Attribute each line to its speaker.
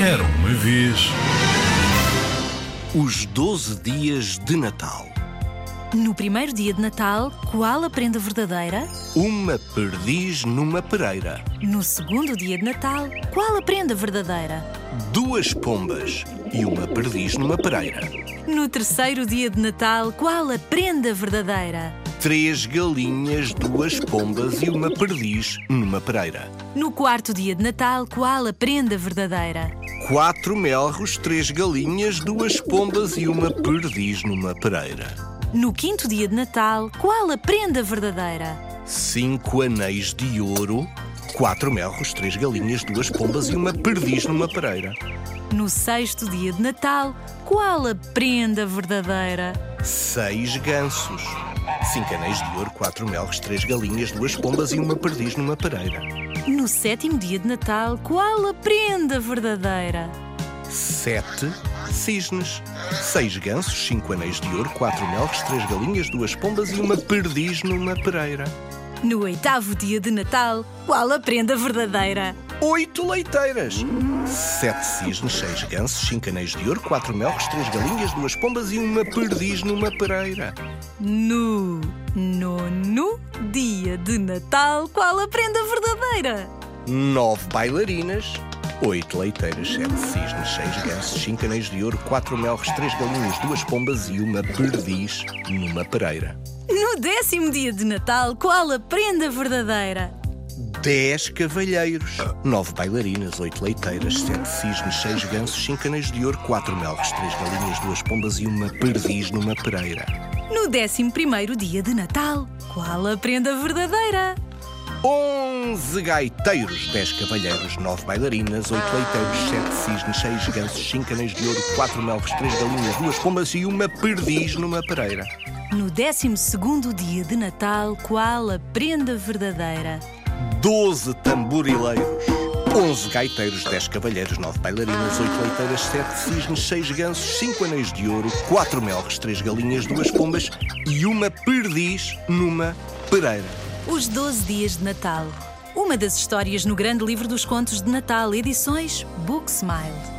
Speaker 1: Era uma vez.
Speaker 2: Os 12 dias de Natal.
Speaker 3: No primeiro dia de Natal, qual a prenda verdadeira?
Speaker 2: Uma perdiz numa pereira.
Speaker 3: No segundo dia de Natal, qual a prenda verdadeira?
Speaker 2: Duas pombas e uma perdiz numa pereira.
Speaker 3: No terceiro dia de Natal, qual a prenda verdadeira?
Speaker 2: Três galinhas, duas pombas e uma perdiz numa pereira.
Speaker 3: No quarto dia de Natal, qual a prenda verdadeira?
Speaker 2: Quatro melros, três galinhas, duas pombas e uma perdiz numa pereira.
Speaker 3: No quinto dia de Natal, qual a prenda verdadeira?
Speaker 2: Cinco anéis de ouro, quatro melros, três galinhas, duas pombas e uma perdiz numa pereira.
Speaker 3: No sexto dia de Natal, qual a prenda verdadeira?
Speaker 2: Seis gansos. Cinco anéis de ouro, quatro melros, três galinhas, duas pombas e uma perdiz numa pereira.
Speaker 3: No sétimo dia de Natal, qual a prenda verdadeira?
Speaker 2: Sete cisnes. Seis gansos, cinco anéis de ouro, quatro melros, três galinhas, duas pombas e uma perdiz numa pereira.
Speaker 3: No oitavo dia de Natal, qual a prenda verdadeira?
Speaker 2: Oito leiteiras. Sete cisnes, seis gansos, cinco anéis de ouro, quatro melros, três galinhas, duas pombas e uma perdiz numa pereira.
Speaker 3: No nono dia de Natal, qual a prenda verdadeira?
Speaker 2: Nove bailarinas. Oito leiteiras, sete cisnes, seis gansos, cinco anéis de ouro, quatro melros, três galinhas, duas pombas e uma perdiz numa pereira.
Speaker 3: No décimo dia de Natal, qual a prenda verdadeira?
Speaker 2: Dez cavalheiros. Nove bailarinas, oito leiteiras, sete cisnes, seis gansos, cinco anéis de ouro, quatro melros, três galinhas, duas pombas e uma perdiz numa pereira.
Speaker 3: No décimo primeiro dia de Natal, qual a prenda verdadeira?
Speaker 2: Onze gaiteiros, dez cavalheiros, nove bailarinas, oito leiteiros, sete cisnes, seis gansos, cinco anéis de ouro, quatro melros, três galinhas, duas pombas e uma perdiz numa pereira.
Speaker 3: No décimo segundo dia de Natal, qual a prenda verdadeira?
Speaker 2: Doze tamborileiros. Onze gaiteiros, dez cavalheiros, nove bailarinas, oito leiteiras, sete cisnes, seis gansos, cinco anéis de ouro, quatro melros, três galinhas, duas pombas e uma perdiz numa pereira.
Speaker 3: Os 12 Dias de Natal. Uma das histórias no grande livro dos contos de Natal, edições Book Smile.